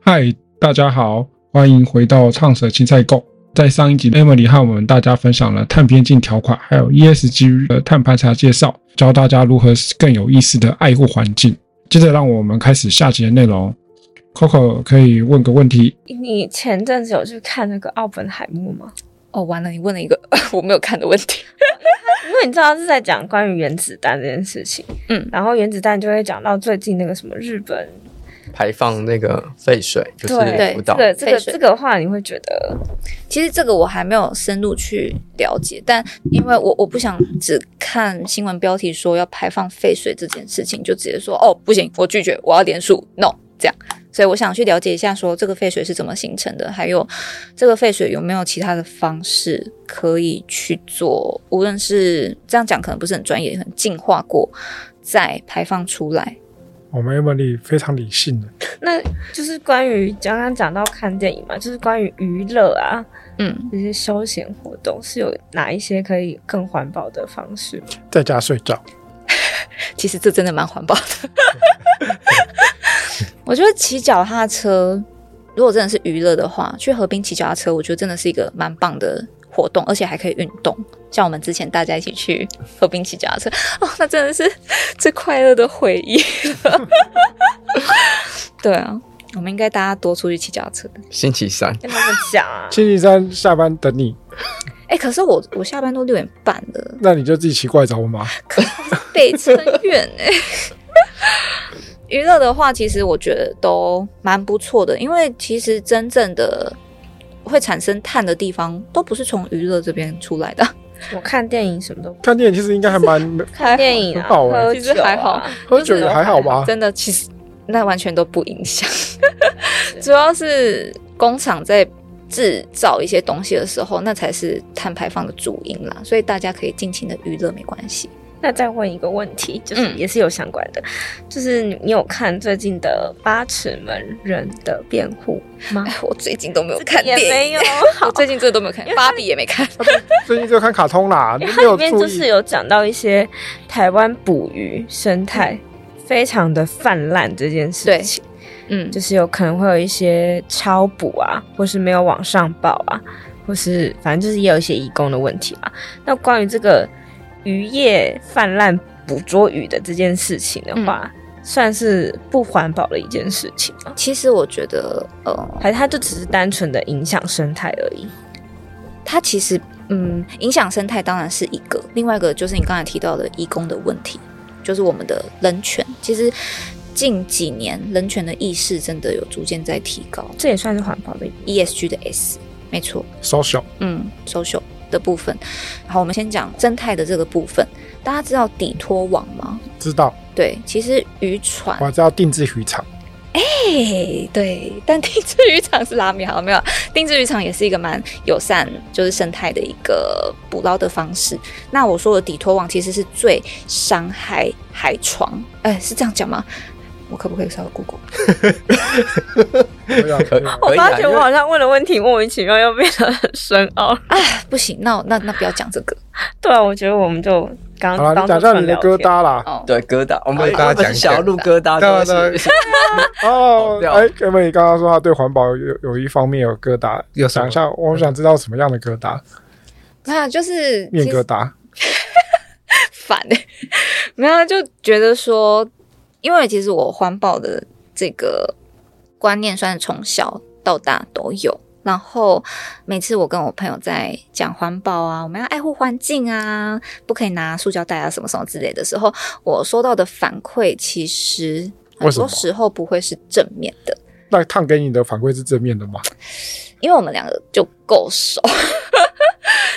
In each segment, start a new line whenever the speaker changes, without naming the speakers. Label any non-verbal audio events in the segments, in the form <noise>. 嗨，大家好，欢迎回到唱蛇青菜购。在上一集，Emily 和我们大家分享了碳边境条款，还有 ESG 的碳盘查介绍，教大家如何更有意识的爱护环境。接着，让我们开始下集的内容。Coco 可以问个问题，
你前阵子有去看那个奥本海默吗？哦，完了，你问了一个 <laughs> 我没有看的问题。因为你知道是在讲关于原子弹这件事情，
嗯
然后原子弹就会讲到最近那个什么日本，
排放那个废水，就是
对
<laughs> 对
福
这
岛。
个这个
废水
这个话，你会觉得
其实这个我还没有深入去了解，但因为我我不想只看新闻标题说要排放废水这件事情，就直接说哦不行，我拒绝，我要连署，no 这样。所以我想去了解一下，说这个废水是怎么形成的，还有这个废水有没有其他的方式可以去做，无论是这样讲可能不是很专业，很净化过再排放出来。
我们 Emily 非常理性的，
那就是关于刚刚讲到看电影嘛，就是关于娱乐啊
嗯，
这些休闲活动，是有哪一些可以更环保的方式吗？
在家睡觉。，
其实这真的蛮环保的。 <laughs> 我觉得骑脚踏车，如果真的是娱乐的话，去河滨骑脚踏车，我觉得真的是一个蛮棒的活动，而且还可以运动。像我们之前大家一起去河滨骑脚踏车，哦，那真的是最快乐的回忆 <laughs> 了对啊，我们应该大家多出去骑脚踏车的。
星期三，
跟他们讲啊
星期三下班等你，
哎、可是我我下班都六点半了，
那你就自己骑过来找我
<laughs>
妈。
北村远哎、娱乐的话，其实我觉得都蛮不错的，因为其实真正的会产生碳的地方，都不是从娱乐这边出来的。
我看电影什么都不
看电影其实应该还蛮，
<laughs>
哎
看电影啊，
很好欸
喝
其
酒
实
啊
还好，
喝酒也还好
<laughs>
吧？
真的，其实那完全都不影响， <laughs> 主要是工厂在制造一些东西的时候，那才是碳排放的主因啦。所以大家可以尽情的娱乐，没关系。 <laughs>
那再问一个问题，就是
嗯
也是有相关的，就是你有看最近的《八尺门人的辩护》吗
哎？，我最近都没有看
也
电
没
影，
有
我最近真的都没有看，芭比也没看。
最近就看卡通啦，
因为
没
<laughs> 它里
有
面
注
就是
意。
有讲到一些台湾捕鱼生态非常的泛滥这件事情， <laughs>
嗯，
就是有可能会有一些超捕啊，或是没有往上报啊，或是反正就是也有一些移工的问题嘛。那关于这个渔业泛滥捕捉鱼的这件事情的话，
嗯
算是不环保的一件事情吗？
其实我觉得，呃，
还是它就只是单纯的影响生态而已？
它其实，嗯，影响生态当然是一个，另外一个就是你刚才提到的义工的问题，就是我们的人权。其实近几年人权的意识真的有逐渐在提高
这也算是环保的一部分。
，ESG 的 S，没错，
social
嗯，social 的部分。好，我们先讲生态的这个部分。大家知道底拖网吗？
知道，
对，其实渔船
我知道定制渔场，
嘿，对，但定制渔场是拉米好没有？定制渔场也是一个蛮友善，就是生态的一个捕捞的方式。那我说的底拖网其实是最伤害海床，哎，是这样讲吗？我可不可以稍微 Google？ <laughs>
对啊
可
对啊
嗯
我
可以
发
啊，
觉
因
我
为
好像问的问题莫名其妙又变得很深奥。
哎不行，那我那那不要讲这个
对啊，我觉得我们就刚
好了，
刚
你讲一
当
下
做
你的疙
纯聊天。
瘩啦。
哦。
对疙瘩，我
我
们
跟大家讲一下
哎
我们是想要录疙瘩，
对
真的是
哦
跑，掉
哎，Emily 刚刚说她对环保有有一方面有疙瘩，
有什
想
么
一下，我想知道什么样的疙瘩？
那就是
面
其实
疙瘩，
烦、欸， <laughs> 没有就觉得说，因为其实我环保的这个观念算是从小到大都有。然后每次我跟我朋友在讲环保啊，我们要爱护环境啊，不可以拿塑胶袋啊什么什么之类的时候，我收到的反馈其实很
为什么
多时候不会是正面的，
那烫给你的反馈是正面的吗？
<laughs> 因为我们两个就够熟，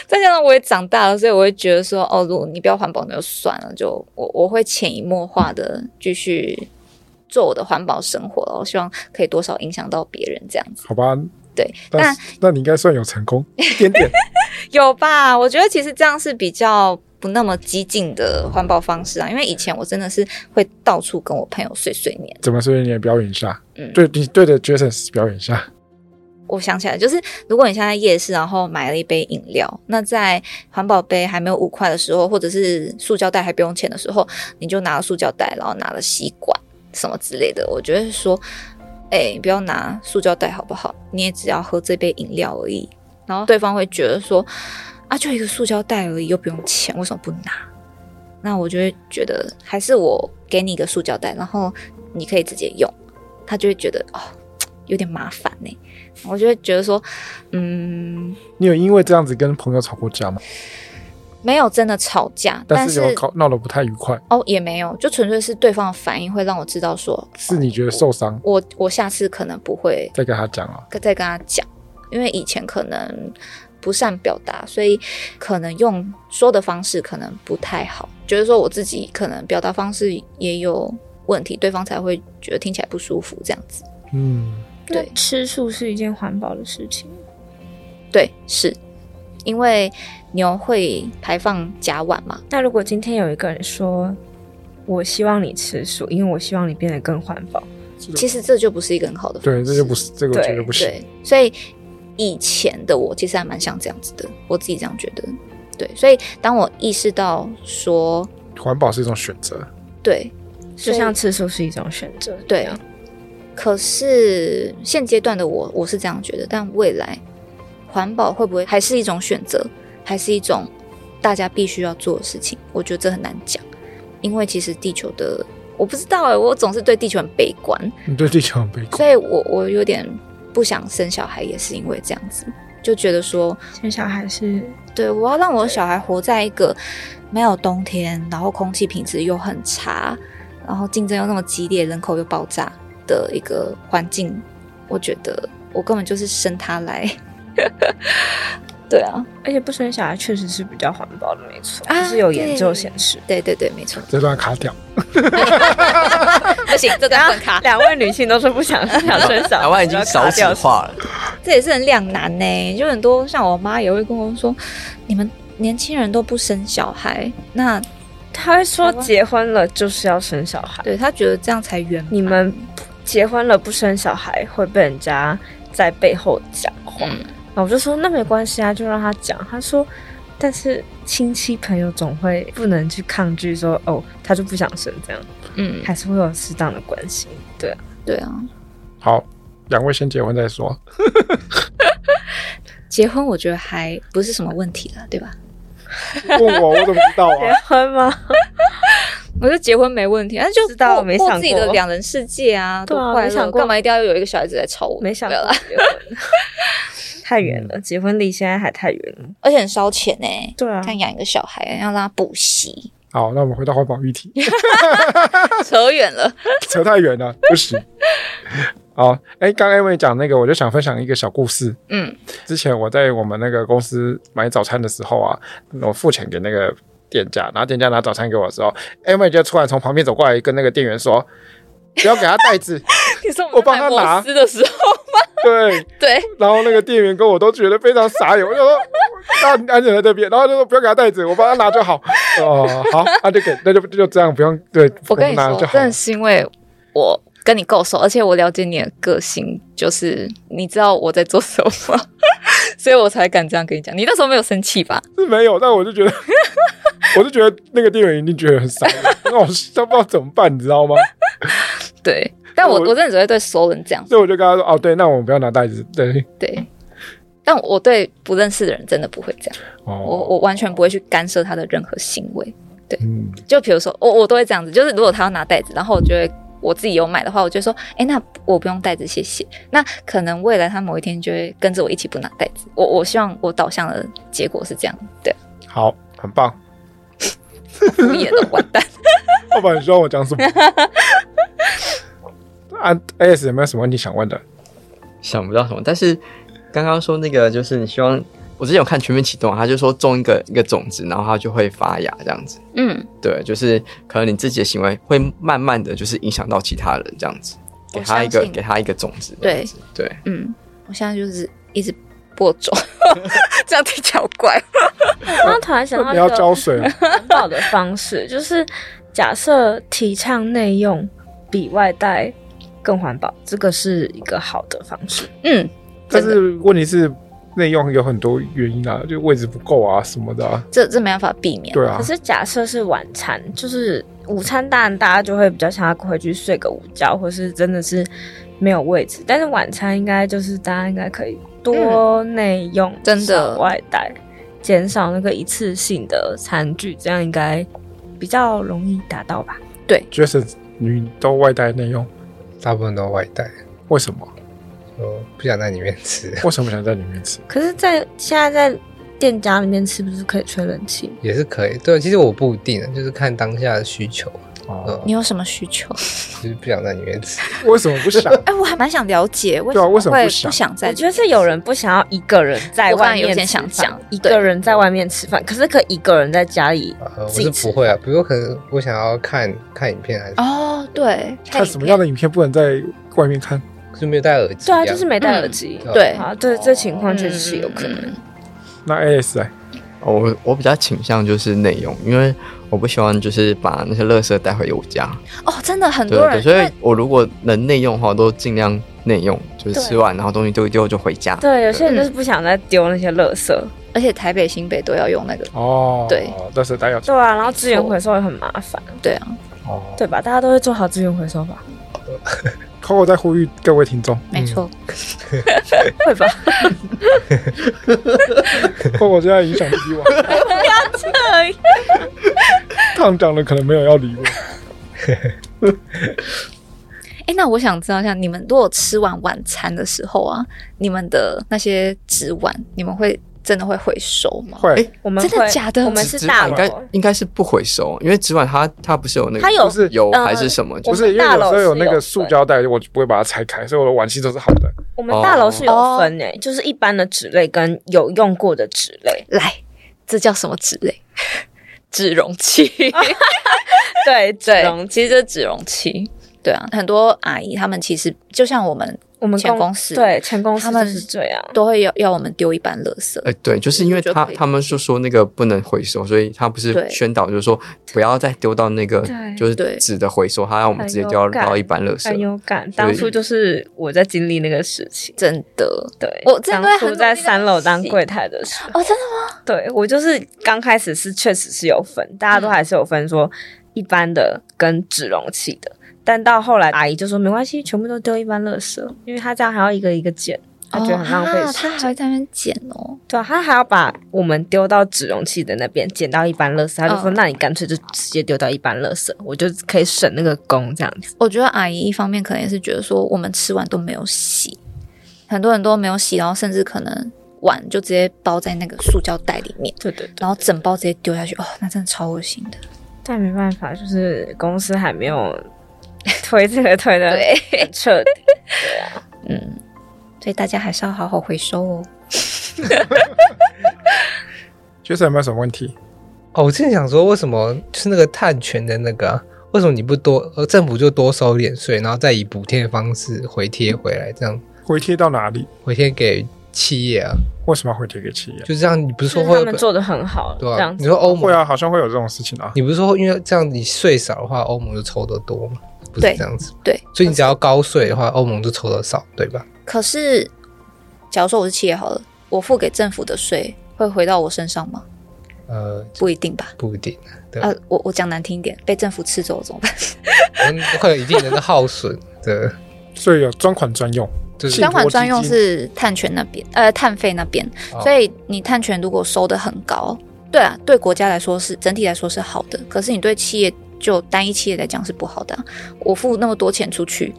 然我也长大了，所以我会觉得说，哦，如果你不要环保，那就算了，就我我会潜移默化的继续做我的环保生活，我希望可以多少影响到别人这样子。
好吧，
对，
但是那你应该算有成功，
一点点，
有吧？我觉得其实这样是比较不那么激进的环保方式啊，因为以前我真的是会到处跟我朋友碎碎念。
怎么说你也表演一下，
嗯
对你对着 Jason 表演一下，
我想起来，就是如果你现在在夜市，然后买了一杯饮料，那在环保杯还没有五块的时候，或者是塑胶袋还不用钱的时候，你就拿了塑胶袋，然后拿了吸管什么之类的，我觉得说，哎、不要拿塑胶袋好不好？你也只要喝这杯饮料而已。然后对方会觉得说，啊，就一个塑胶袋而已，又不用钱，为什么不拿？那我就会觉得，还是我给你一个塑胶袋，然后你可以直接用，他就会觉得哦，有点麻烦呢、我就会觉得说，嗯，
你有因为这样子跟朋友吵过架吗？
没有真的吵架，
但
但
是有吵闹得不太愉快，
哦也没有，就纯粹是对方的反应会让我知道说，哦
是你觉得受伤，
我我下次可能不会
再跟他讲啊。
再跟他讲，因为以前可能不善表达，所以可能用说的方式可能不太好，觉得说我自己可能表达方式也有问题，对方才会觉得听起来不舒服这样子。
嗯，
对
那吃素是一件环保的事情。
对，是因为牛会排放甲烷嘛，
那如果今天有一个人说，我希望你吃素，因为我希望你变得更环保，
其实这就不是一个很好的方
对，
式。
这就不是这个，我
对
觉得不行。
对，所以以前的我其实还蛮像这样子的，我自己这样觉得。对，所以当我意识到说，
环保是一种选择，
对，
就
就
像
像
吃素是一种选择。
对，可是现阶段的我，我是这样觉得，但未来环保会不会还是一种选择，还是一种大家必须要做的事情？我觉得这很难讲，因为其实地球的我不知道哎、我总是对地球很悲观，
你对地球很悲观。
所以我我有点不想生小孩，也是因为这样子，就觉得说
生小孩是
对，我要让我的小孩活在一个没有冬天，然后空气品质又很差，然后竞争又那么激烈，人口又爆炸的一个环境，我觉得我根本就是生他来。 <laughs> 对啊，
而且不生小孩确实是比较环保的，没错，
啊
就是有研究显示。
对对对，没错。
这段卡掉，
<laughs> 不行，这段很卡，
两位女性都说不想想生
<laughs>
小孩，
台湾已经少子
掉
化了，
这也是很两难呢、就很多像我妈也会跟我说，你们年轻人都不生小孩，那
他会说结婚了就是要生小孩，
对她觉得这样才圆满。
你们结婚了不生小孩会被人家在背后讲话。
嗯
然后我就说那没关系啊，就让他讲。他说，但是亲戚朋友总会不能去抗拒说哦，他就不想生这样，
嗯，
还是会有适当的关心。对啊，
对啊，
好，两位先结婚再说。
结婚我觉得还不是什么问题了，对吧？
问我，我怎么知道
结 <laughs>
啊？
婚吗？
<laughs> 我觉得结婚没问题，但就
知道
过
没
过
想
自己
过
的两人世界啊，
对啊
多快
没想
乐，
过
干嘛一定要有一个小孩子来吵我？
没想
没有
到
啦，
结
<laughs>
婚，太远了，结婚离现在还太远了。
而且很烧钱呢、
对啊
像养一个小孩，要让他补习，
好，那我们回到环保议题，
<laughs>
<laughs>
扯远了。
扯太远了，不行。好，哎，刚刚因为讲那个，我就想分享一个小故事。
嗯
之前我在我们那个公司买早餐的时候啊，我付钱给那个店家，然后店家拿早餐给我的时候，Emily 就突然从旁边走过来，跟那个店员说：“不要给他袋子。
<laughs>
<laughs>
你说
我帮他拿
摩斯的时候，”
对，
<laughs> 对，
然后那个店员跟我都觉得非常傻眼，我就说。 <laughs> 那安全在这边，然后就说不要给他袋子，我帮他拿就好。哦，好， <laughs> 那就给，那就就这样，不用对，
我跟你
拿
说
就，好
真
了
的。是因为我跟你够熟，而且我了解你的个性，就是你知道我在做什么， <laughs> 所以我才敢这样跟你讲。你那时候没有生气吧？
是没有，但我就觉得， <laughs> 我就觉得那个店员一定觉得很傻眼， <laughs> 那我都不知道怎么办，你知道吗？
对，但我
我
我真的只会对熟人这样。
所以我就跟他说，哦，对，那我们不要拿袋子，对，
对，但我对不认识的人真的不会这样，
哦，
我我完全不会去干涉他的任何行为。
嗯，
就比如说，我我都会这样子，就是如果他要拿袋子，然后我就会我自己有买的话，我就说，哎、那我不用袋子，谢谢。那可能未来他某一天就会跟着我一起不拿袋子。我我希望我导向的结果是这样，对，
好，很棒。
敷衍的完
<laughs>
蛋。
老板，你知道我讲
<laughs>
什么？啊，AS 有没有什么问题想问的？
想不到什么。但是刚刚说那个，就是你希望我之前有看《全面启动》啊，他就说种一个一个种子，然后它就会发芽这样子。
嗯，
对，就是可能你自己的行为会慢慢的就是影响到其他人这样子，
我
给他一个
相信
给他一个种子。
对
对，
嗯，我现在就是一直播种， <laughs> 这样听起来好怪。哦
然后突然想到
不
一
要
个
浇水啊，
环保的方式， <laughs> 就是假设提倡内用比外带更环保，这个是一个好的方式。
嗯，
但是问题是内用有很多原因啊，就位置不够啊什么的啊，
这这没办法避免。
对啊
可，是假设是晚餐，就是午餐，当然大家就会比较想要回去睡个午觉，或是真的是没有位置。但是晚餐应该就是大家应该可以多内用，
真的
少外带，减少那个一次性的餐具，这样应该比较容易达到吧？
，Jason 你都外带内用，
大部分都外带，
为什
<laughs>
么？
我不想在里面吃，
为什么想在里面吃？
可是在，现在在店家里面吃，不是可以吹冷气吗？
也是可以。对，其实我不一定，就是看当下的需求，
哦，
你有什么需求？
就是不想在里面吃。
为什么
<laughs>
不想？
哎，我还蛮想了解为
对啊为什
什
么
么会
不想
在
我
里面。
觉得是有人不想要一个人在
我刚才
外面
有点
吃
想
饭
讲
一
对
个人在外面吃饭，可是可以一个人在家里
呃，我
自己
是
吃
不 <laughs> 会啊，比如可能我想要看看影片，还是
哦，对，
看什么样的影片不能在外面看？
就没有戴耳机。
对啊，就是。没戴耳机。
嗯
对
啊，对这情况确实是有可能。
嗯
那 AS 哎，
我哦我比较倾向就是内用，因为我不喜欢就是把那些垃圾带回我家。
哦，真的很
对
多
对，
人，
所
因
以
为
我如果能内用的话，我都尽量内用，就是吃完然后东西丢一丢就回家。
对，有些人就是不想再丢那些垃圾。
而且台北、新北都要用那
嗯
个，
哦，
对，
但是大家
对啊，然后资源回收也很麻烦，
对啊，
哦
对吧？大家都会做好资源回收 <laughs> 吧？
，Coco 在呼吁各位听
<laughs>
众
没错，
会吧？
，Coco 现在影响力比我
<laughs>
大，烫长的可能没有要理我，
哎、那我想知道一下，你们如果吃完晚餐的时候啊，你们的那些纸碗，你们会真的会回收吗？
会
哎
我们会
真的假的。
我们
纸
是
纸
大
碗
楼
应，该应该是不回收，因为纸碗它它不是有那个，
它有
是油
呃
还是什么？就
我
不
是
是因为有
大
时
楼
候
是
有那
有
个
分
塑胶袋，我就不会把它拆开，所以我的碗器都是好的。
我们大楼是有分诶、就是一般的纸类跟有用过的纸类
来，这叫什么纸类？ <laughs> 纸容器，
对
<laughs> 对
啊纸容，
其实这是纸容器。对啊，很多阿姨她们其实就像我们
我们
前公司
对前公司
他
就
们
是这样。
都会要要我们丢一般垃圾，
哎、对，就是因为
我觉得
他
可以
他们是说那个不能回收，所以他不是
对
宣导就是说不要再丢到那个
对
就是
对
纸的回收，他让我们直接
很有
丢
感
到一般垃
很
<laughs> 圾。
有感，
所以
当初就是我在经历那个事情。
真的
对，
我真
当
的会很
初
努力
在
地
三楼当
洗
柜台的时候，
哦，真的吗？
对我就是刚开始是确实是有分，大家都还是有分说一般的跟纸容器的，但到后来阿姨就说没关系，全部都丢一般垃圾，因为她这样还要一个一个捡，她觉得很浪费
哦啊
时
她还
间。
会在那边捡哦。
对啊，她还要把我们丢到纸容器的那边捡到一般垃圾，她就说、
嗯
那你干脆就直接丢到一般垃圾，我就可以省那个工这样子。
我觉得阿姨一方面可能也是觉得说，我们吃完都没有洗，很多人都没有洗，然后甚至可能碗就直接包在那个塑胶袋里面，
对对对，
然后整包直接丢下去，哦，那真的超恶心的。
但没办法，就是公司还没有 <laughs> 推这个推的
对，
彻底。
嗯，所以大家还是要好好回收哦。
Jason 有没有什么问题？
哦，我之前想说，为什么就是那个碳权的那个啊、为什么你不多呃政府就多收一点税，然后再以补贴的方式回贴回来，这样
回贴到哪里？
回贴给企业啊？
为什么要回贴给企业？
就这样，你不是
就
说
是
会
他
有
们做的很好，
对
这
啊
样？子
你说欧
会
盟，
啊，好像会有这种事情啊。
你不是说因为这样你税少的话，欧盟就抽得多吗？不是
对
这样子，
对，
所以你只要高税的话，欧盟就抽得少，对吧？
可是，假如说我是企业好了，我付给政府的税会回到我身上吗？
呃，
不一定吧。
不一定啊，对吧
呃，我我讲难听一点，被政府吃走怎么办？
嗯会有一定的耗损的， <laughs>
所以有专款专用，
就是
专款专用
信托基
是碳权那边，呃，碳费那边，
哦
所以你碳权如果收的很高，对啊，对国家来说是整体来说是好的，可是你对企业就单一企业来讲是不好的啊、我付那么多钱出去，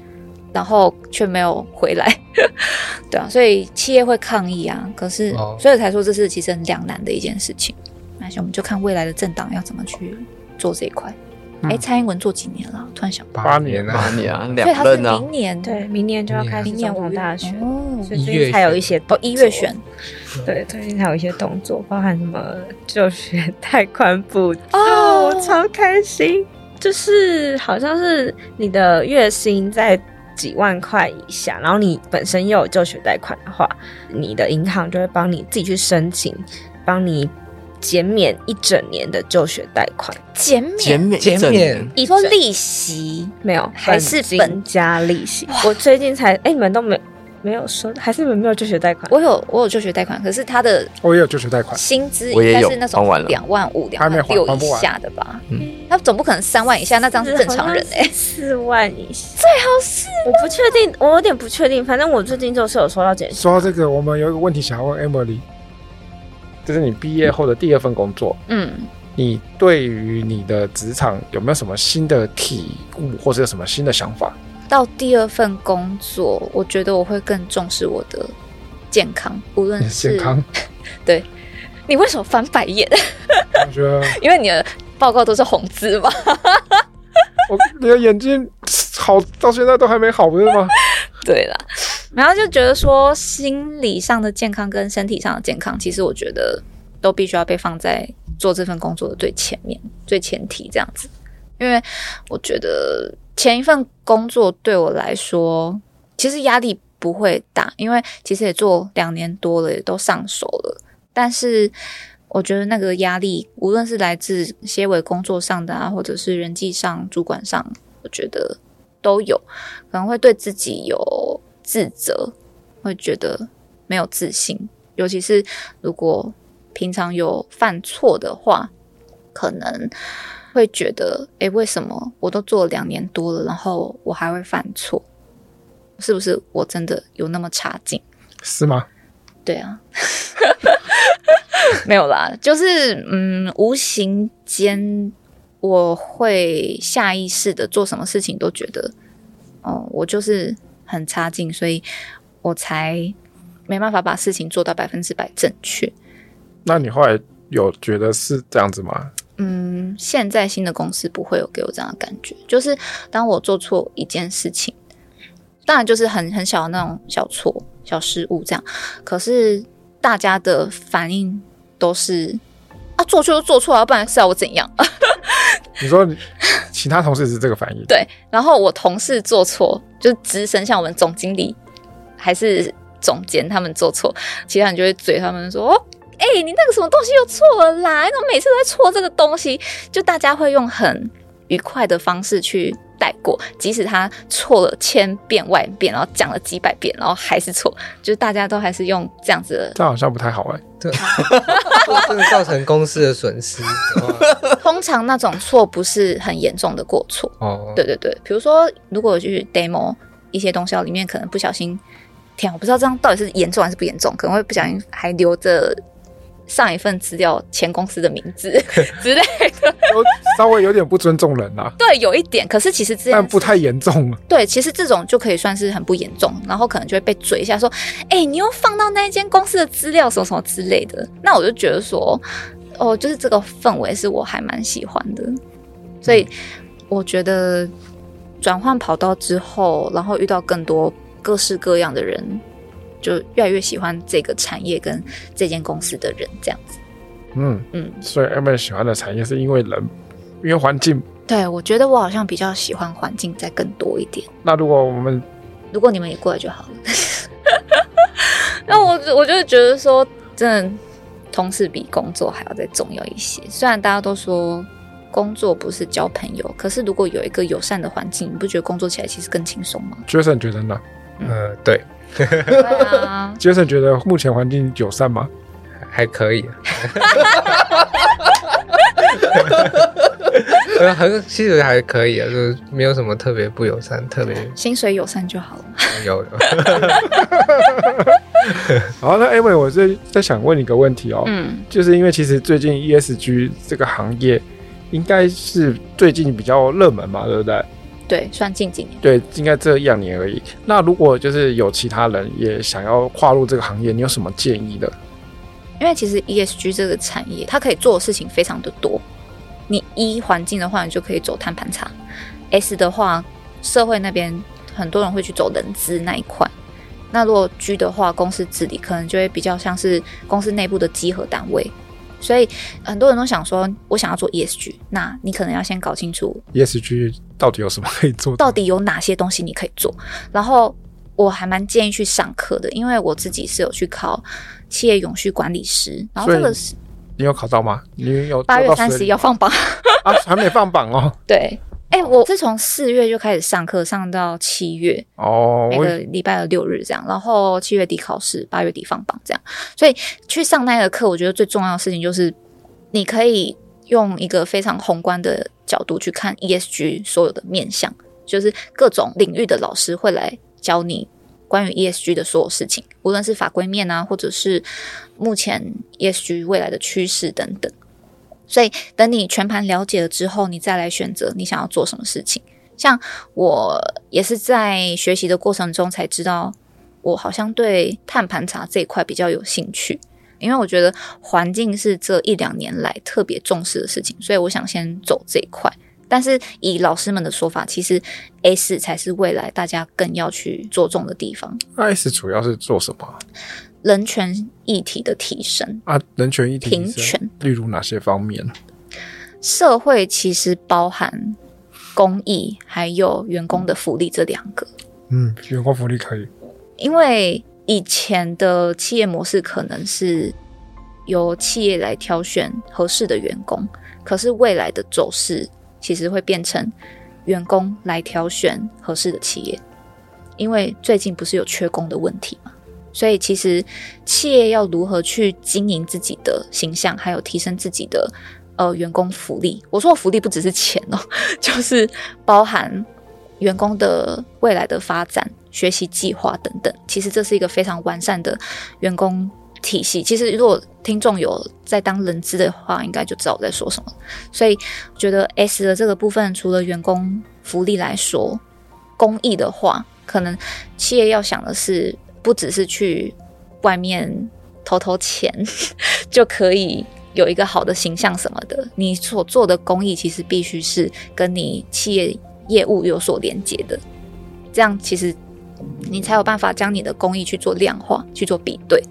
然后却没有回来， <laughs> 对啊，所以企业会抗议啊。可是，
哦
所以才说这是其实很两难的一件事情。那我们就看未来的政党要怎么去做这一块。
嗯
哎、蔡英文做几年了？突然想不
八年啊
八，年啊，
到，所以
两
他是
任啊
明，年
对，明年就要开始
明
总
年五
统
月
大选，
哦
所以
一
最
月
近才有一些
哦一月选
对，最近还有一些动作，包含什么就学贷款补助，
哦
超开心。就是好像是你的月薪在几万块以下，然后你本身又有就学贷款的话，你的银行就会帮你自己去申请，帮你减免一整年的就学贷款。
减免，
减免
减
一整
免
年
你说利息
没有，
还是
金
本
加利息。我最近才哎、你们都没没有说，还是你们没有就学贷款？
我有我有就学贷款，可是他的
我也有就学贷款，
薪资
我
应
也
该
有
是那
还完
种
了
两万五、两
还没
万
还
六
还
以
不完
下的吧？
嗯
那总不可能三万以下，那这样是正常人
欸
哎、
四万以下，最好是我不确定，我有点不确定，反正我最近就是有收到简讯，
说到这个，我们有一个问题想要问 Emily，就是你毕业后的第二份工作，
嗯，
你对于你的职场有没有什么新的体悟，或者有什么新的想法？
到第二份工作，我觉得我会更重视我的健康，无论是
健康，
你为什么翻白眼？ <laughs>
我觉得
因为你的报告都是红字嘛。
我你的眼睛好到现在都还没好，不是吗？
对啦，然后就觉得说心理上的健康跟身体上的健康，其实我觉得都必须要被放在做这份工作的最前面、最前提这样子。因为我觉得前一份工作对我来说，其实压力不会大，因为其实也做两年多了，也都上手了。但是我觉得那个压力，无论是来自些微工作上的啊，或者是人际上、主管上，我觉得都有。可能会对自己有自责，会觉得没有自信，尤其是如果平常有犯错的话，可能会觉得，诶，为什么我都做了两年多了，然后我还会犯错？是不是我真的有那么差劲？
是吗？
对啊， <laughs> 没有啦，就是嗯，无形间我会下意识的做什么事情都觉得，哦，我就是很差劲，所以我才没办法把事情做到百分之百正确。
那你后来有觉得是这样子吗？
嗯，现在新的公司不会有给我这样的感觉，就是当我做错一件事情，当然就是很很小的那种小错、小失误这样，可是大家的反应都是啊，做错就做错啊，不然是要我怎样？
你说你其他同事是这个反应，
对，然后我同事做错，就是直升像我们总经理还是总监他们做错，其他人就会嘴他们说：“哎、你那个什么东西又错了啦，你怎么每次都在错这个东西？”就大家会用很愉快的方式去带过，即使他错了千遍万遍，然后讲了几百遍，然后还是错，就是大家都还是用这样子的
这样好像不太好哎、
对，真的造成公司的
<laughs>
损失哦的话。
通常那种错不是很严重的过错，
哦，
对，对对，比如说如果我去 demo 一些东西，里面可能不小心，天啊、我不知道这样到底是严重还是不严重，可能会不小心还留着上一份资料前公司的名字 <laughs> 之类的。
我稍微有点不尊重人啦、
对，有一点，可是其实这
但
样
不太严重啊。
对，其实这种就可以算是很不严重，然后可能就会被嘴一下说，哎、你又放到那一间公司的资料什么什么之类的。那我就觉得说，哦，就是这个氛围是我还蛮喜欢的，所以我觉得转换跑道之后，然后遇到更多各式各样的人，就越来越喜欢这个产业跟这间公司的人这样子。
嗯，
嗯，
所以 M 喜欢的产业是因为人，因为环境。
对我觉得我好像比较喜欢环境再更多一点。
那如果我们？
如果你们也过来就好了。 <laughs> 那我我就觉得说，真的，同事比工作还要再重要一些。虽然大家都说工作不是交朋友，可是如果有一个友善的环境，你不觉得工作起来其实更轻松吗
Jason 觉得呢
呃，对，
<laughs> 对啊，
？Jason 觉得目前环境友善吗？
还可以、啊。 <laughs> 呃，很其实还可以啊，就是没有什么特别不友善，特别
薪水友善就好了。
有 <laughs> 有。
好，那 M，我这在想问你个问题哦，
嗯，
就是因为其实最近 ESG 这个行业应该是最近比较热门嘛，对不对？
对，算近几年。
对，应该这一两年而已。那如果就是有其他人也想要跨入这个行业，你有什么建议的？
E 因为其实 ESG 这个产业，它可以做的事情非常的多，你一环境的话，你就可以走碳盘查；S 的话，社会那边很多人会去走人资那一块。那如果 G 的话，公司治理可能就会比较像是公司内部的集合单位。所以很多人都想说，我想要做 ESG，那你可能要先搞清楚
ESG ？E 到底有什么可以做的？
到底有哪些东西你可以做。然后我还蛮建议去上课的，因为我自己是有去考企业永续管理师，然后这
所
个
以
是
你有考到吗？你有
八月
做到
三
水
十
里
要放榜。
啊，还没放榜哦。
对，哎、我是从四月就开始上课，上到七月，
哦，
每
我
个礼拜的六日这样，然后七月底考试，八月底放榜这样。所以去上那个课，我觉得最重要的事情就是，你可以用一个非常宏观的角度去看 ESG 所有的面向，就是各种领域的老师会来教你关于 ESG 的所有事情，无论是法规面啊，或者是目前 ESG 未来的趋势等等。所以等你全盘了解了之后，你再来选择你想要做什么事情。像我也是在学习的过程中才知道，我好像对碳盘查这一块比较有兴趣，因为我觉得环境是这一两年来特别重视的事情，所以我想先走这一块。但是以老师们的说法，其实 A 四才是未来大家更要去着重的地方，
IS 主要是做什么
人权议题的提升。
啊？人权议题
平
是
权，
例如哪些方面？
社会其实包含公益还有员工的福利这两个，
嗯，员工福利可以。
因为以前的企业模式可能是由企业来挑选合适的员工，可是未来的走势其实会变成员工来挑选合适的企业，因为最近不是有缺工的问题嘛，所以其实企业要如何去经营自己的形象，还有提升自己的呃员工福利。我说的福利不只是钱哦， <laughs> 就是包含员工的未来的发展、学习计划等等。其实这是一个非常完善的员工体系。其实如果听众有在当人资的话，应该就知道我在说什么。所以觉得 S 的这个部分，除了员工福利来说，公益的话，可能企业要想的是，不只是去外面投投钱就可以有一个好的形象什么的。你所做的公益，其实必须是跟你企业业务有所连接的，这样其实你才有办法将你的公益去做量化、去做比对，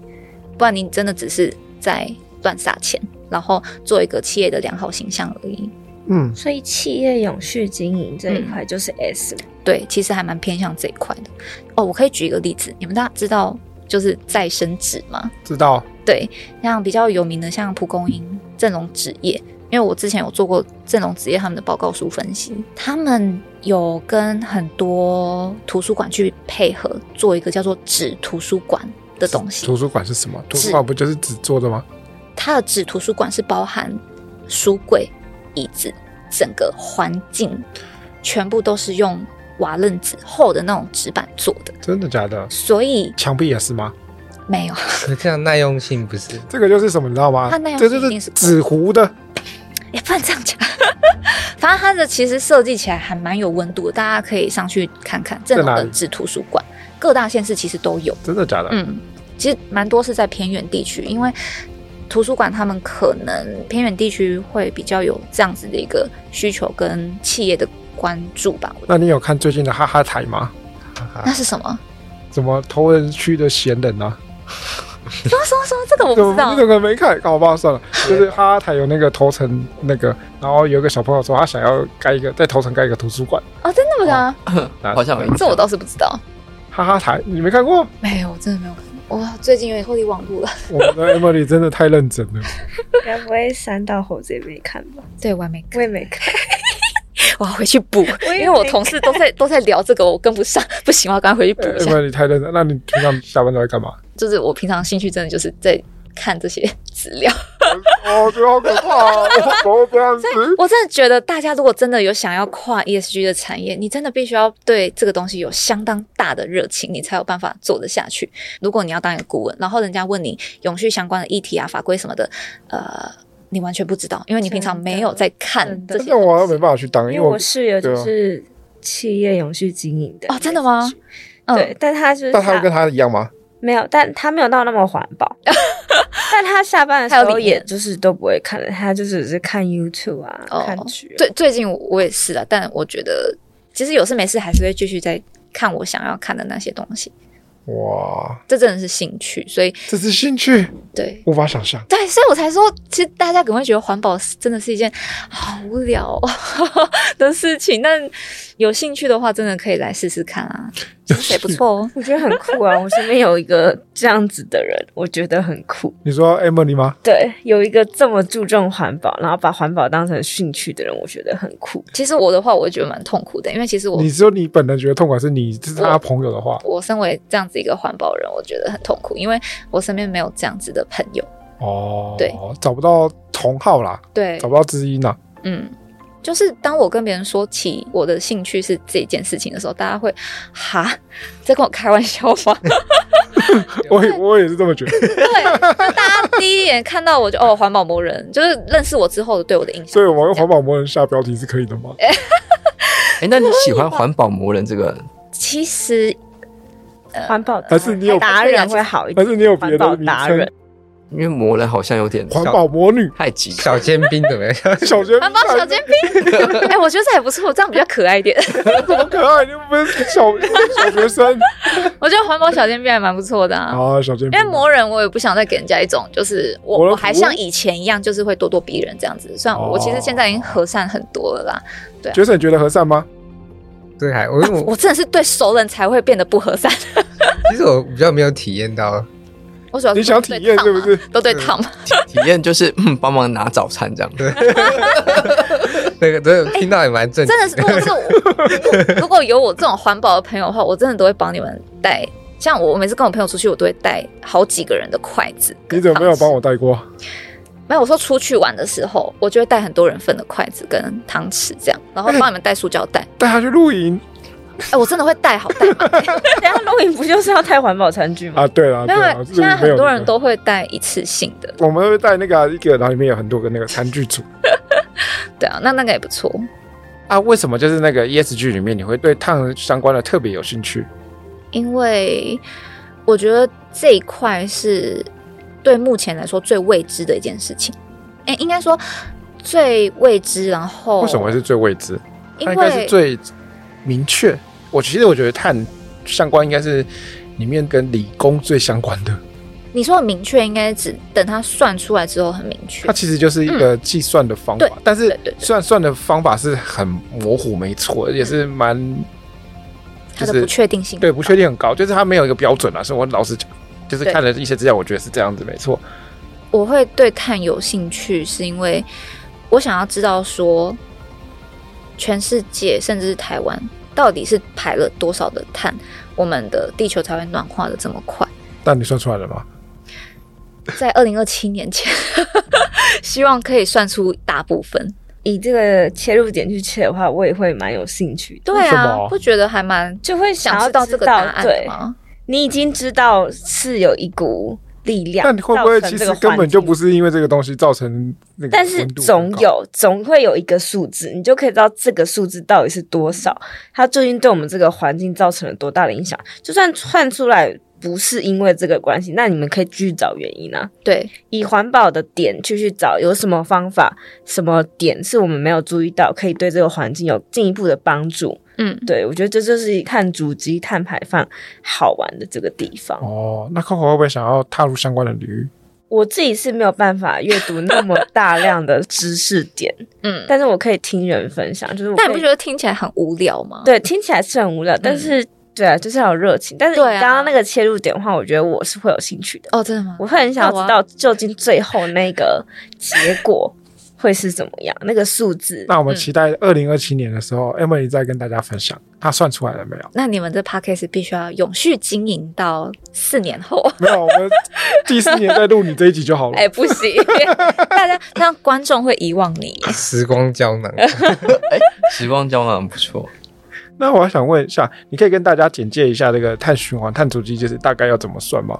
不然你真的只是在乱撒钱，然后做一个企业的良好形象而已。
嗯，
所以企业永续经营这一块就是 S 嘛
对，其实还蛮偏向这一块的。哦，我可以举一个例子，你们大家知道就是再生纸吗？
知道。
对，像比较有名的像蒲公英、正龙纸业，因为我之前有做过正龙纸业他们的报告书分析，他们有跟很多图书馆去配合做一个叫做纸图书馆的东西。
图书馆是什么？图书馆不就是纸做的吗？
它的纸图书馆是包含书柜、椅子，整个环境全部都是用瓦楞纸厚的那种纸板做的，
真的假的？
所以
墙壁也是吗？
没有。
可这样耐用性不是？
这个就是什么，你知道吗？
它那样
这
子
就
一定
是
是
纸糊的，
也不能这样讲。 <laughs> 反正它的其实设计起来还蛮有温度的，大家可以上去看看。正
在
龙
哪
的
里
纸图书馆，各大县市其实都有。
真的假的？
嗯，其实蛮多是在偏远地区，因为图书馆他们可能偏远地区会比较有这样子的一个需求跟企业的关注吧。我
那你有看最近的哈哈台吗？啊
那是什么？
怎么头人区的闲人啊？
什么什么什么？这个我
怎
不
么
知道
这。个没看？搞不好
<laughs>
算了。就是哈哈台有那个头城那个，然后有一个小朋友说他想要盖一个在头城盖一个图书馆，
哦，真的吗？
啊
好像有印
这我
象。
倒是不知道。
哈哈台你没看过？
没有，我真的没有看。哇，最近有点脱离网络了。
我们的 Emily 真的太认真了。
该不会三道猴子也没看吧？
对，我还没看。
我
<laughs>
也没看，
我要回去补，
我
因
也
为我
没
同事都在都在聊这个，我跟不上，不行，我要赶快回去补一下。
Emily 太认真，呃那你平常下班都在干嘛？
就是我平常兴趣真的就是在看这些 <laughs> 资料。
<laughs> 哦，我觉得好可怕哦！我我不要吃。
我真的觉得大家如果真的有想要跨 ESG 的产业，你真的必须要对这个东西有相当大的热情，你才有办法做得下去。如果你要当一个顾问，然后人家问你永续相关的议题啊、法规什么的，呃，你完全不知道，因为你平常
真的
没有在看
真的
这些
那我好像
东
没
西。
办法去当，
因为
因为我
我室友
对
就
啊
是企业永续经营的
哦真的吗
哦
嗯
ESG 对，，但他就是
但他跟他一样吗？
没有，但他没有到那么环 <laughs> 保，但他下班的时
他有
候
理念
也就是都不会看的，他就只是看 YouTube 啊，
哦
看剧啊。
最最近我我也是啊，但我觉得其实有事没事还是会继续在看我想要看的那些东西，
哇，
这真的是兴趣，所以
这是兴趣
对。
无法想象。
对，所以我才说，其实大家可能会觉得环保是真的是一件好无聊 <laughs> 哦的事情，但有兴趣的话，真的可以来试试看啊，薪水不错哦。
我觉得很酷啊！我身边有一个这样子的人，我觉得很酷。
你说 Emily 吗？
对，有一个这么注重环保，然后把环保当成兴趣的人，我觉得很酷。
其实我的话，我觉得蛮痛苦的，因为其实我
你说你本人觉得痛苦，还是你是他朋友的话？
我身为这样子一个环保人，我觉得很痛苦，因为我身边没有这样子的朋友。
哦，
对，
找不到同号啦，
对
找，不到知音啦。
嗯，就是当我跟别人说起我的兴趣是这件事情的时候，大家会哈 <laughs> 在跟我开玩笑吗？ <laughs>
我也我也是这么觉得， <laughs>
对，大家第一眼看到我就哦，环保魔人，就是认识我之后对我的印象
所以我们用环保魔人下标题是可以的
<laughs>
吗？
哎，那你喜欢环保魔人这个？
其实呃
环保达
还是你有
达人会好一
还
点，
是你有别
环
的
保
名
达
称
人？
因为魔人好像有点
环保魔
<laughs>
女、
太极端
小尖兵怎么样？
小学
环保小尖兵， <laughs> 哎、我觉得这还不错，这样比较可爱一点。 <laughs>
<laughs> 怎么可爱？你又不是小小学
<laughs>
生
我觉得环保小尖兵还蛮不错的啊。
啊，小尖
因
兵。
为魔人，我也不想再给人家一种就是我
我
我还像以前一样，就是会咄咄逼人这样子。虽然我
哦
其实现在已经和善很多了啦，
角色你觉得和善吗？
<laughs> 对，还我
哦
我
我
真的是对熟人才会变得不和善。 <laughs>
其实我比较没有体验到， <laughs>
我主要是
你想体验是不是？
都对烫啊嘛，
体验，就是嗯，帮忙拿早餐这样。
那个真的听到也蛮震惊
哎真的是，如果是我 <laughs> 如果如果有我这种环保的朋友的话，我真的都会帮你们带。像我每次跟我朋友出去，我都会带好几个人的筷子。
你怎么没有帮？我带过？
没有，我说出去玩的时候，我就会带很多人份的筷子跟汤匙这样，然后帮你们带塑胶
<laughs>
袋。
带他去露营
哎、我真的会带好带满。
等一下露营不就是要带环保餐具吗？
啊？对了，
嗯
<laughs>
没
对
有，
了，
现在很多
露营没
人
有那个。
都会带一次性的，
我们会带那个啊一个，然后里面有很多个那个餐具
<laughs>
组
对啊，那那个也不错。
啊。为什么就是那个 ESG 里面你会对碳相关的特别有兴趣？
因为我觉得这一块是对目前来说最未知的一件事情。哎，应该说最未知，然后
为什么？是最未知？
哦因
它应该是
为
最明确。我其实我觉得碳相关应该是里面跟理工最相关的，
你说的明确，应该只等它算出来之后很明确
它。其实就是一个计算的方法，
嗯对
但是
对对对
算算的方法是很模糊，没错，也是蛮
嗯它
就
的
是
不确定性
对不确定很高，就是它没有一个标准啊。是我老实讲，就是
对
看了一些资料，我觉得是这样子，没错。
我会对碳有兴趣，是因为我想要知道说，全世界甚至是台湾到底是排了多少的碳，我们的地球才会暖化的这么
<laughs>
快。
但你算出来了吗？
在二零二七年前，希望可以算出大部分。
以这个切入点去切的话，我也会蛮有兴趣的。
对
什
啊
么，
不觉得还蛮
就会
想
想要
知道这个答案的
对，
吗？
你已经知道是有一股力量，
但你会不会其实根本就不
是？
是因为这个东西造成那个
但是
温度
总
很高
有总会有一个数字，你就可以知道这个数字到底是多少，它究竟对我们这个环境造成了多大的影响。就算算出来不是因为这个关系，那你们可以继续找原因啊，
对，
以环保的点去去找有什么方法、什么点是我们没有注意到，可以对这个环境有进一步的帮助。
嗯，
对我觉得这就是碳足迹、碳排放好玩的这个地方。
哦。那 Coco 会不会想要踏入相关的领域？
我自己是没有办法阅读那么大量的知识点，
嗯
但是我可以听人分享，就是我
但你不觉
得
得听起来很无聊吗？，
对听起来是很无聊，但是、对啊，就是要有热情。但是你
对啊
刚刚那个切入点的话，我觉得我是会有兴趣的，
哦，真的吗？
我会很想要
那我啊
知道究竟最后那个结果会是怎么样，那个数字。
那我们期待二零二七年的时候、e m i l y 再跟大家分享，她算出来了没有？
那你们这 podcast 必须要永续经营到四年后。
没有，我们第四年再录你这一集就好了。
哎、不行，大家让观众会遗忘你。
<laughs> 时光胶
<laughs>
囊。
哎，时光胶囊不错。
那我还想问一下，你可以跟大家简介一下这个碳循环、碳足迹，就是大概要怎么算吗？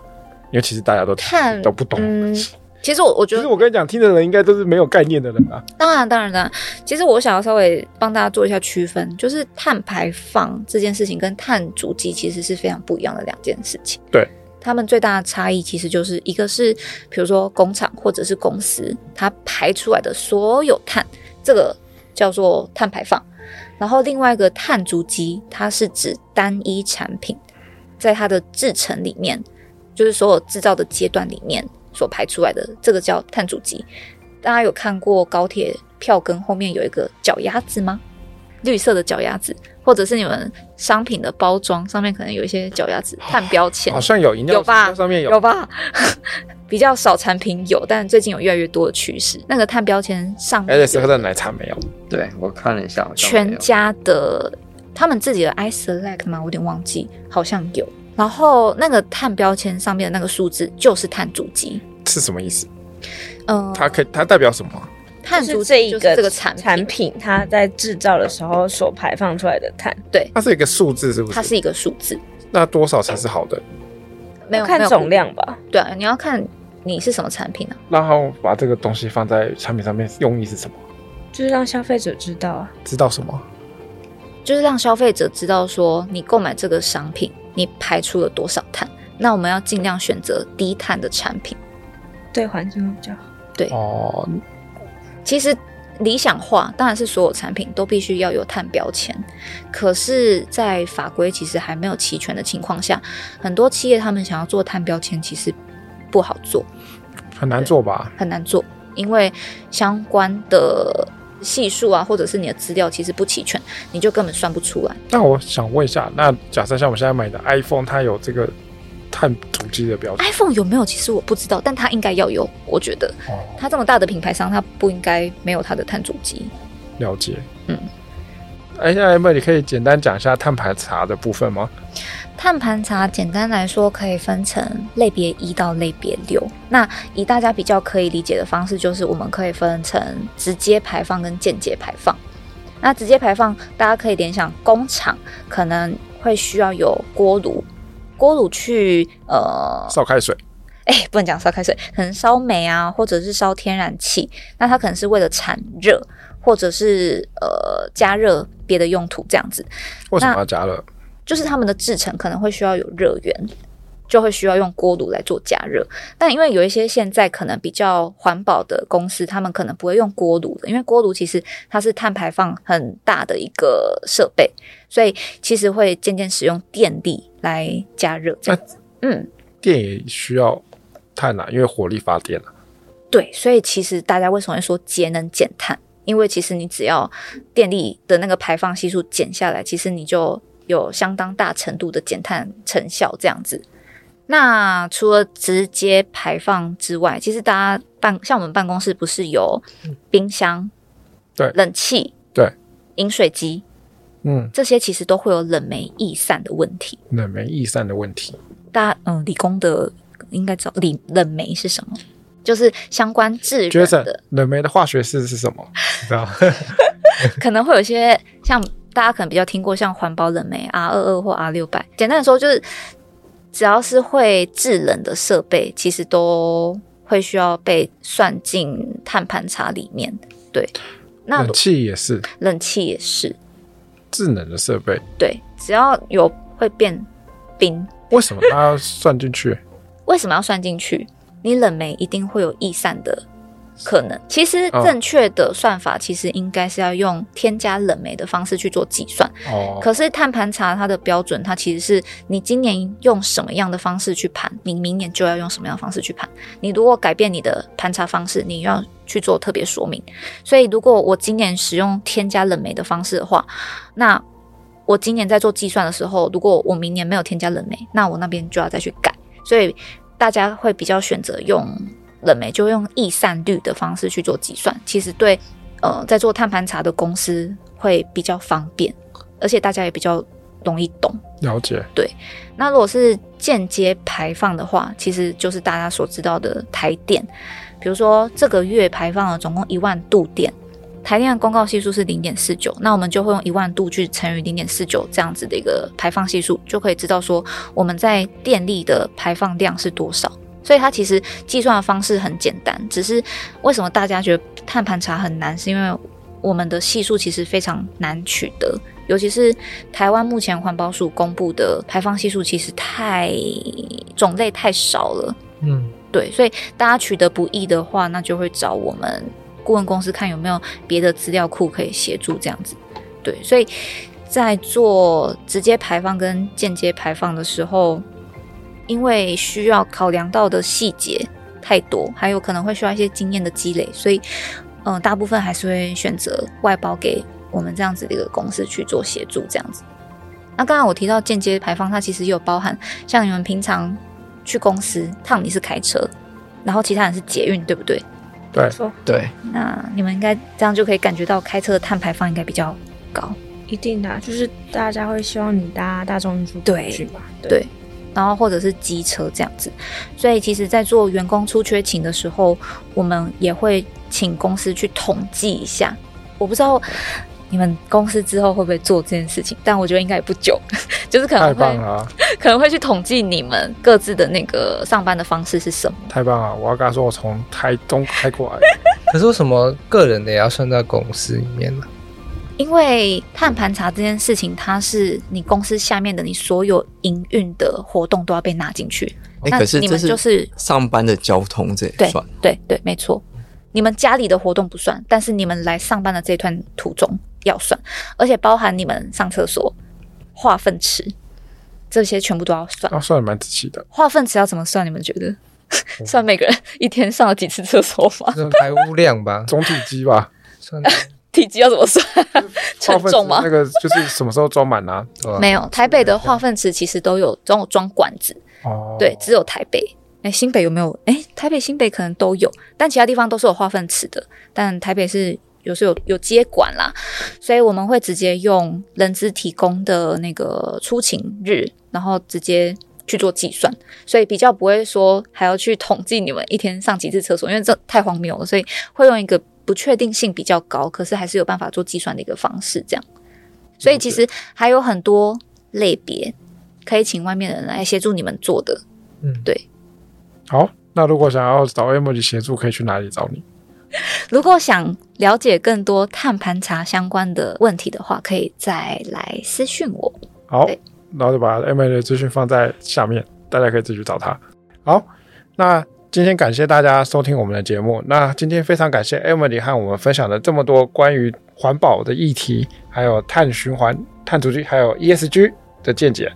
因为其实大家都
碳
都不懂。
嗯，其实我我觉
其
得
实我跟你讲，听的人应该都是没有概念的人啊。
当然，当然，当然。其实我想要稍微帮大家做一下区分，就是碳排放这件事情跟碳足迹其实是非常不一样的两件事情。
对，
他们最大的差异其实就是一个是，比如说工厂或者是公司，它排出来的所有碳，这个叫做碳排放。然后另外一个碳足迹，它是指单一产品在它的制成里面，就是所有制造的阶段里面所排出来的，这个叫碳足迹。大家有看过高铁票根后面有一个脚丫子吗？绿色的脚丫子，或者是你们商品的包装上面可能有一些脚丫子碳标签
好，像有饮料
有吧
饮料上面有
有吧？ <laughs> 比较少产品有，但最近有越来越多的趋势。那个碳标签上面
Alice
有
哎喝的奶茶没有？
对我看了一下，好像没
全
有
家的他们自己的 i select 吗？我有点忘记，好像有。然后那个碳标签上面的那个数字就是碳足迹，
是什么意思？
嗯、
它可以它代表什么？啊
碳
就是
足
这
迹
一
就
个
是这个产
产品它在制造的时候所排放出来的碳，
它是一个数字，是不
它
是？
是一个数字，
那多少才是好的？
没有
看
没有
总量吧。
对啊，你要看你是什么产品啊。
然后把这个东西放在产品上面，用意是什么？
就是让消费者知道啊，
知道什么？
就是让消费者知道说你购买这个商品，你排出了多少碳。那我们要尽量选择低碳的产品。
对环境会比较好。
哦，
其实理想化当然是所有产品都必须要有碳标签，可是，在法规其实还没有齐全的情况下，很多企业他们想要做碳标签，其实不好做，
很难做吧？
很难做，因为相关的系数啊，或者是你的资料其实不齐全，你就根本算不出来。
那我想问一下，那假设像我现在买的 iPhone，它有这个碳足迹的标准
iPhone 有没有？其实我不知道，但它应该要有，我觉得
哦，
它这么大的品牌商，它不应该没有它的碳足迹。
了解。
嗯。
哎，那 Emma，你可以简单讲一下碳排查的部分吗？
碳盘查简单来说可以分成类别一到类别六。那以大家比较可以理解的方式，就是我们可以分成直接排放跟间接排放。那直接排放，大家可以联想工厂可能会需要有锅炉，锅炉去呃
烧开水，
哎、不能讲烧开水，可能烧煤啊，或者是烧天然气，那它可能是为了产热，或者是呃加热别的用途这样子。
为什么要加热？
就是他们的制成可能会需要有热源，就会需要用锅炉来做加热。但因为有一些现在可能比较环保的公司，他们可能不会用锅炉的，因为锅炉其实它是碳排放很大的一个设备，所以其实会渐渐使用电力来加热这样子。嗯，
电也需要碳啊，因为火力发电啊。
对，所以其实大家为什么会说节能减碳？因为其实你只要电力的那个排放系数减下来，其实你就有相当大程度的减碳成效这样子。那除了直接排放之外，其实大家办像我们办公室不是有冰箱、
嗯对
冷气、
对、
饮水机
嗯，
这些，其实都会有冷媒易散的问题。
冷媒易散的问题。
大家嗯，理工的应该知道理冷媒是什么，就是相关制冷
Jason，
的。
冷媒的化学式是什
<laughs>
么？你知道？
可能会有一些像大家可能比较听过像环保冷媒 R 二二或 R 六百，简单的说就是只要是会制冷的设备，其实都会需要被算进碳盘查里面。对，那
冷气也是
冷气也是，
智能的设备，
对，只要有会变冰，
为什么它要算进去？
为什么要算进去？你冷媒一定会有易散的可能。其实
哦
正确的算法其实应该是要用添加冷媒的方式去做计算。
<laughs> 哦，
可是碳盘查它的标准，它其实是你今年用什么样的方式去盘，你明年就要用什么样的方式去盘。你如果改变你的盘查方式，你要去做特别说明。所以，如果我今年使用添加冷媒的方式的话，那我今年在做计算的时候，如果我明年没有添加冷媒，那我那边就要再去改。所以大家会比较选择用冷媒，就用易散率的方式去做计算。其实对呃在做碳盘查的公司会比较方便，而且大家也比较容易懂。
了解。
那如果是间接排放的话，其实就是大家所知道的台电，比如说这个月排放了总共一万度电，台电的公告系数是零点四九，那我们就会用一万度去乘以零点四九这样子的一个排放系数，就可以知道说我们在电力的排放量是多少。所以它其实计算的方式很简单，只是为什么大家觉得碳盘查很难，是因为我们的系数其实非常难取得，尤其是台湾目前环保署公布的排放系数，其实太种类太少了。
嗯，
对，所以大家取得不易的话，那就会找我们顾问公司看有没有别的资料库可以协助这样子。对，所以在做直接排放跟间接排放的时候，因为需要考量到的细节太多，还有可能会需要一些经验的积累，所以嗯、呃大部分还是会选择外包给我们这样子的一个公司去做协助这样子。那刚刚我提到间接排放，它其实也有包含像你们平常去公司，烫你是开车，然后其他人是捷运，对不对？
对
错，
对，
那你们应该这样就可以感觉到开车的碳排放应该比较高。
一定的啊、就是大家会希望你搭大众运输工具嘛，
对然后或者是机车这样子。所以其实，在做员工出缺勤的时候，我们也会请公司去统计一下。我不知道你们公司之后会不会做这件事情，但我觉得应该也不久， <laughs> 就是可
太
能
棒
会
了啊，
可能会去统计你们各自的那个上班的方式是什么。
太棒了！啊我要跟他说，我从台中开过来，
<laughs>
可是为什么个人的也要算到公司里面呢？
因为碳盘查这件事情，它是你公司下面的你所有营运的活动都要被纳进去。
哎、
那
可是
你
这
们就是
上班的交通这也
对
算，
对对，没错。你们家里的活动不算，但是你们来上班的这一段途中要算，而且包含你们上厕所、化粪池这些全部都要算。
那算的蛮仔细的。，
化粪池要怎么算？你们觉得 <laughs> 算每个人一天上了几次厕所吗？
<laughs> 算排污量吧
总体积吧，
算
体积要怎么算？
化
<laughs> 称
粪池
重吗
那？个就是什么时候装满啊？
对吧
没有，台北的化粪池其实都有装有装管子，
哦，
对，只有台北。哎，新北有没有？哎，台北、新北可能都有，但其他地方都是有化粪池的。但台北是有时候有有接管啦，所以我们会直接用人资提供的那个出勤日，然后直接去做计算，所以比较不会说还要去统计你们一天上几次厕所，因为这太荒谬了，所以会用一个不确定性比较高，可是还是有办法做计算的一个方式，这样。所以其实还有很多类别可以请外面的人来协助你们做的。
好。那如果想要找 Emily 协助，可以去哪里找你？
如果想了解更多碳盘查相关的问题的话，可以再来私讯我。
好
对，
然后就把 Emily 的资讯放在下面，大家可以自己去找她。好，那今天感谢大家收听我们的节目。那今天非常感谢 Emily 和我们分享了这么多关于环保的议题，还有碳循环、碳足迹，还有 ESG。的见解，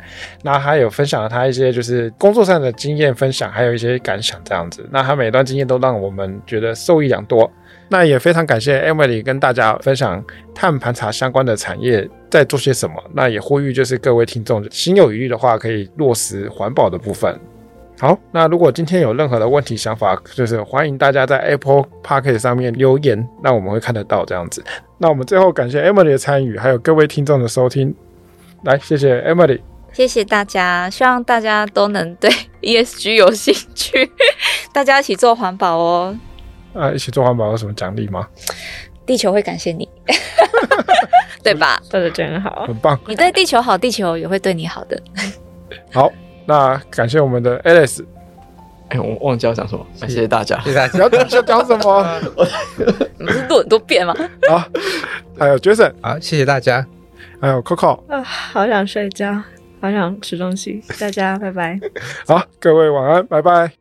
那还有分享了她一些就是工作上的经验分享，还有一些感想这样子。那她每段经验都让我们觉得受益良多。那也非常感谢 Emily 跟大家分享碳盘查相关的产业在做些什么。那也呼吁就是各位听众心有余力的话，可以落实环保的部分。好，那如果今天有任何的问题想法，就是欢迎大家在 Apple p o c k e t 上面留言，那我们会看得到这样子。那我们最后感谢 Emily 的参与，还有各位听众的收听。来，谢谢 Emily。
谢谢大家，希望大家都能对 <laughs> ESG 有兴趣， <laughs> 大家一起做环保哦，
啊，一起做环保有什么奖励吗？
地球会感谢你， <laughs> 对吧？
做的真好。
很棒。
你对地球好，地球也会对你好的。
好，那感谢我们的 Alice。
哎、我忘记要讲什么，谢谢大家。
谢谢大
你
<laughs> 家
要要讲什么？
你不是录很多遍吗？
好，还有 Jason，
好，谢谢大家，
还有 Coco。
啊，好想睡觉，好想吃东西。大家拜拜。
好，各位晚安，拜拜。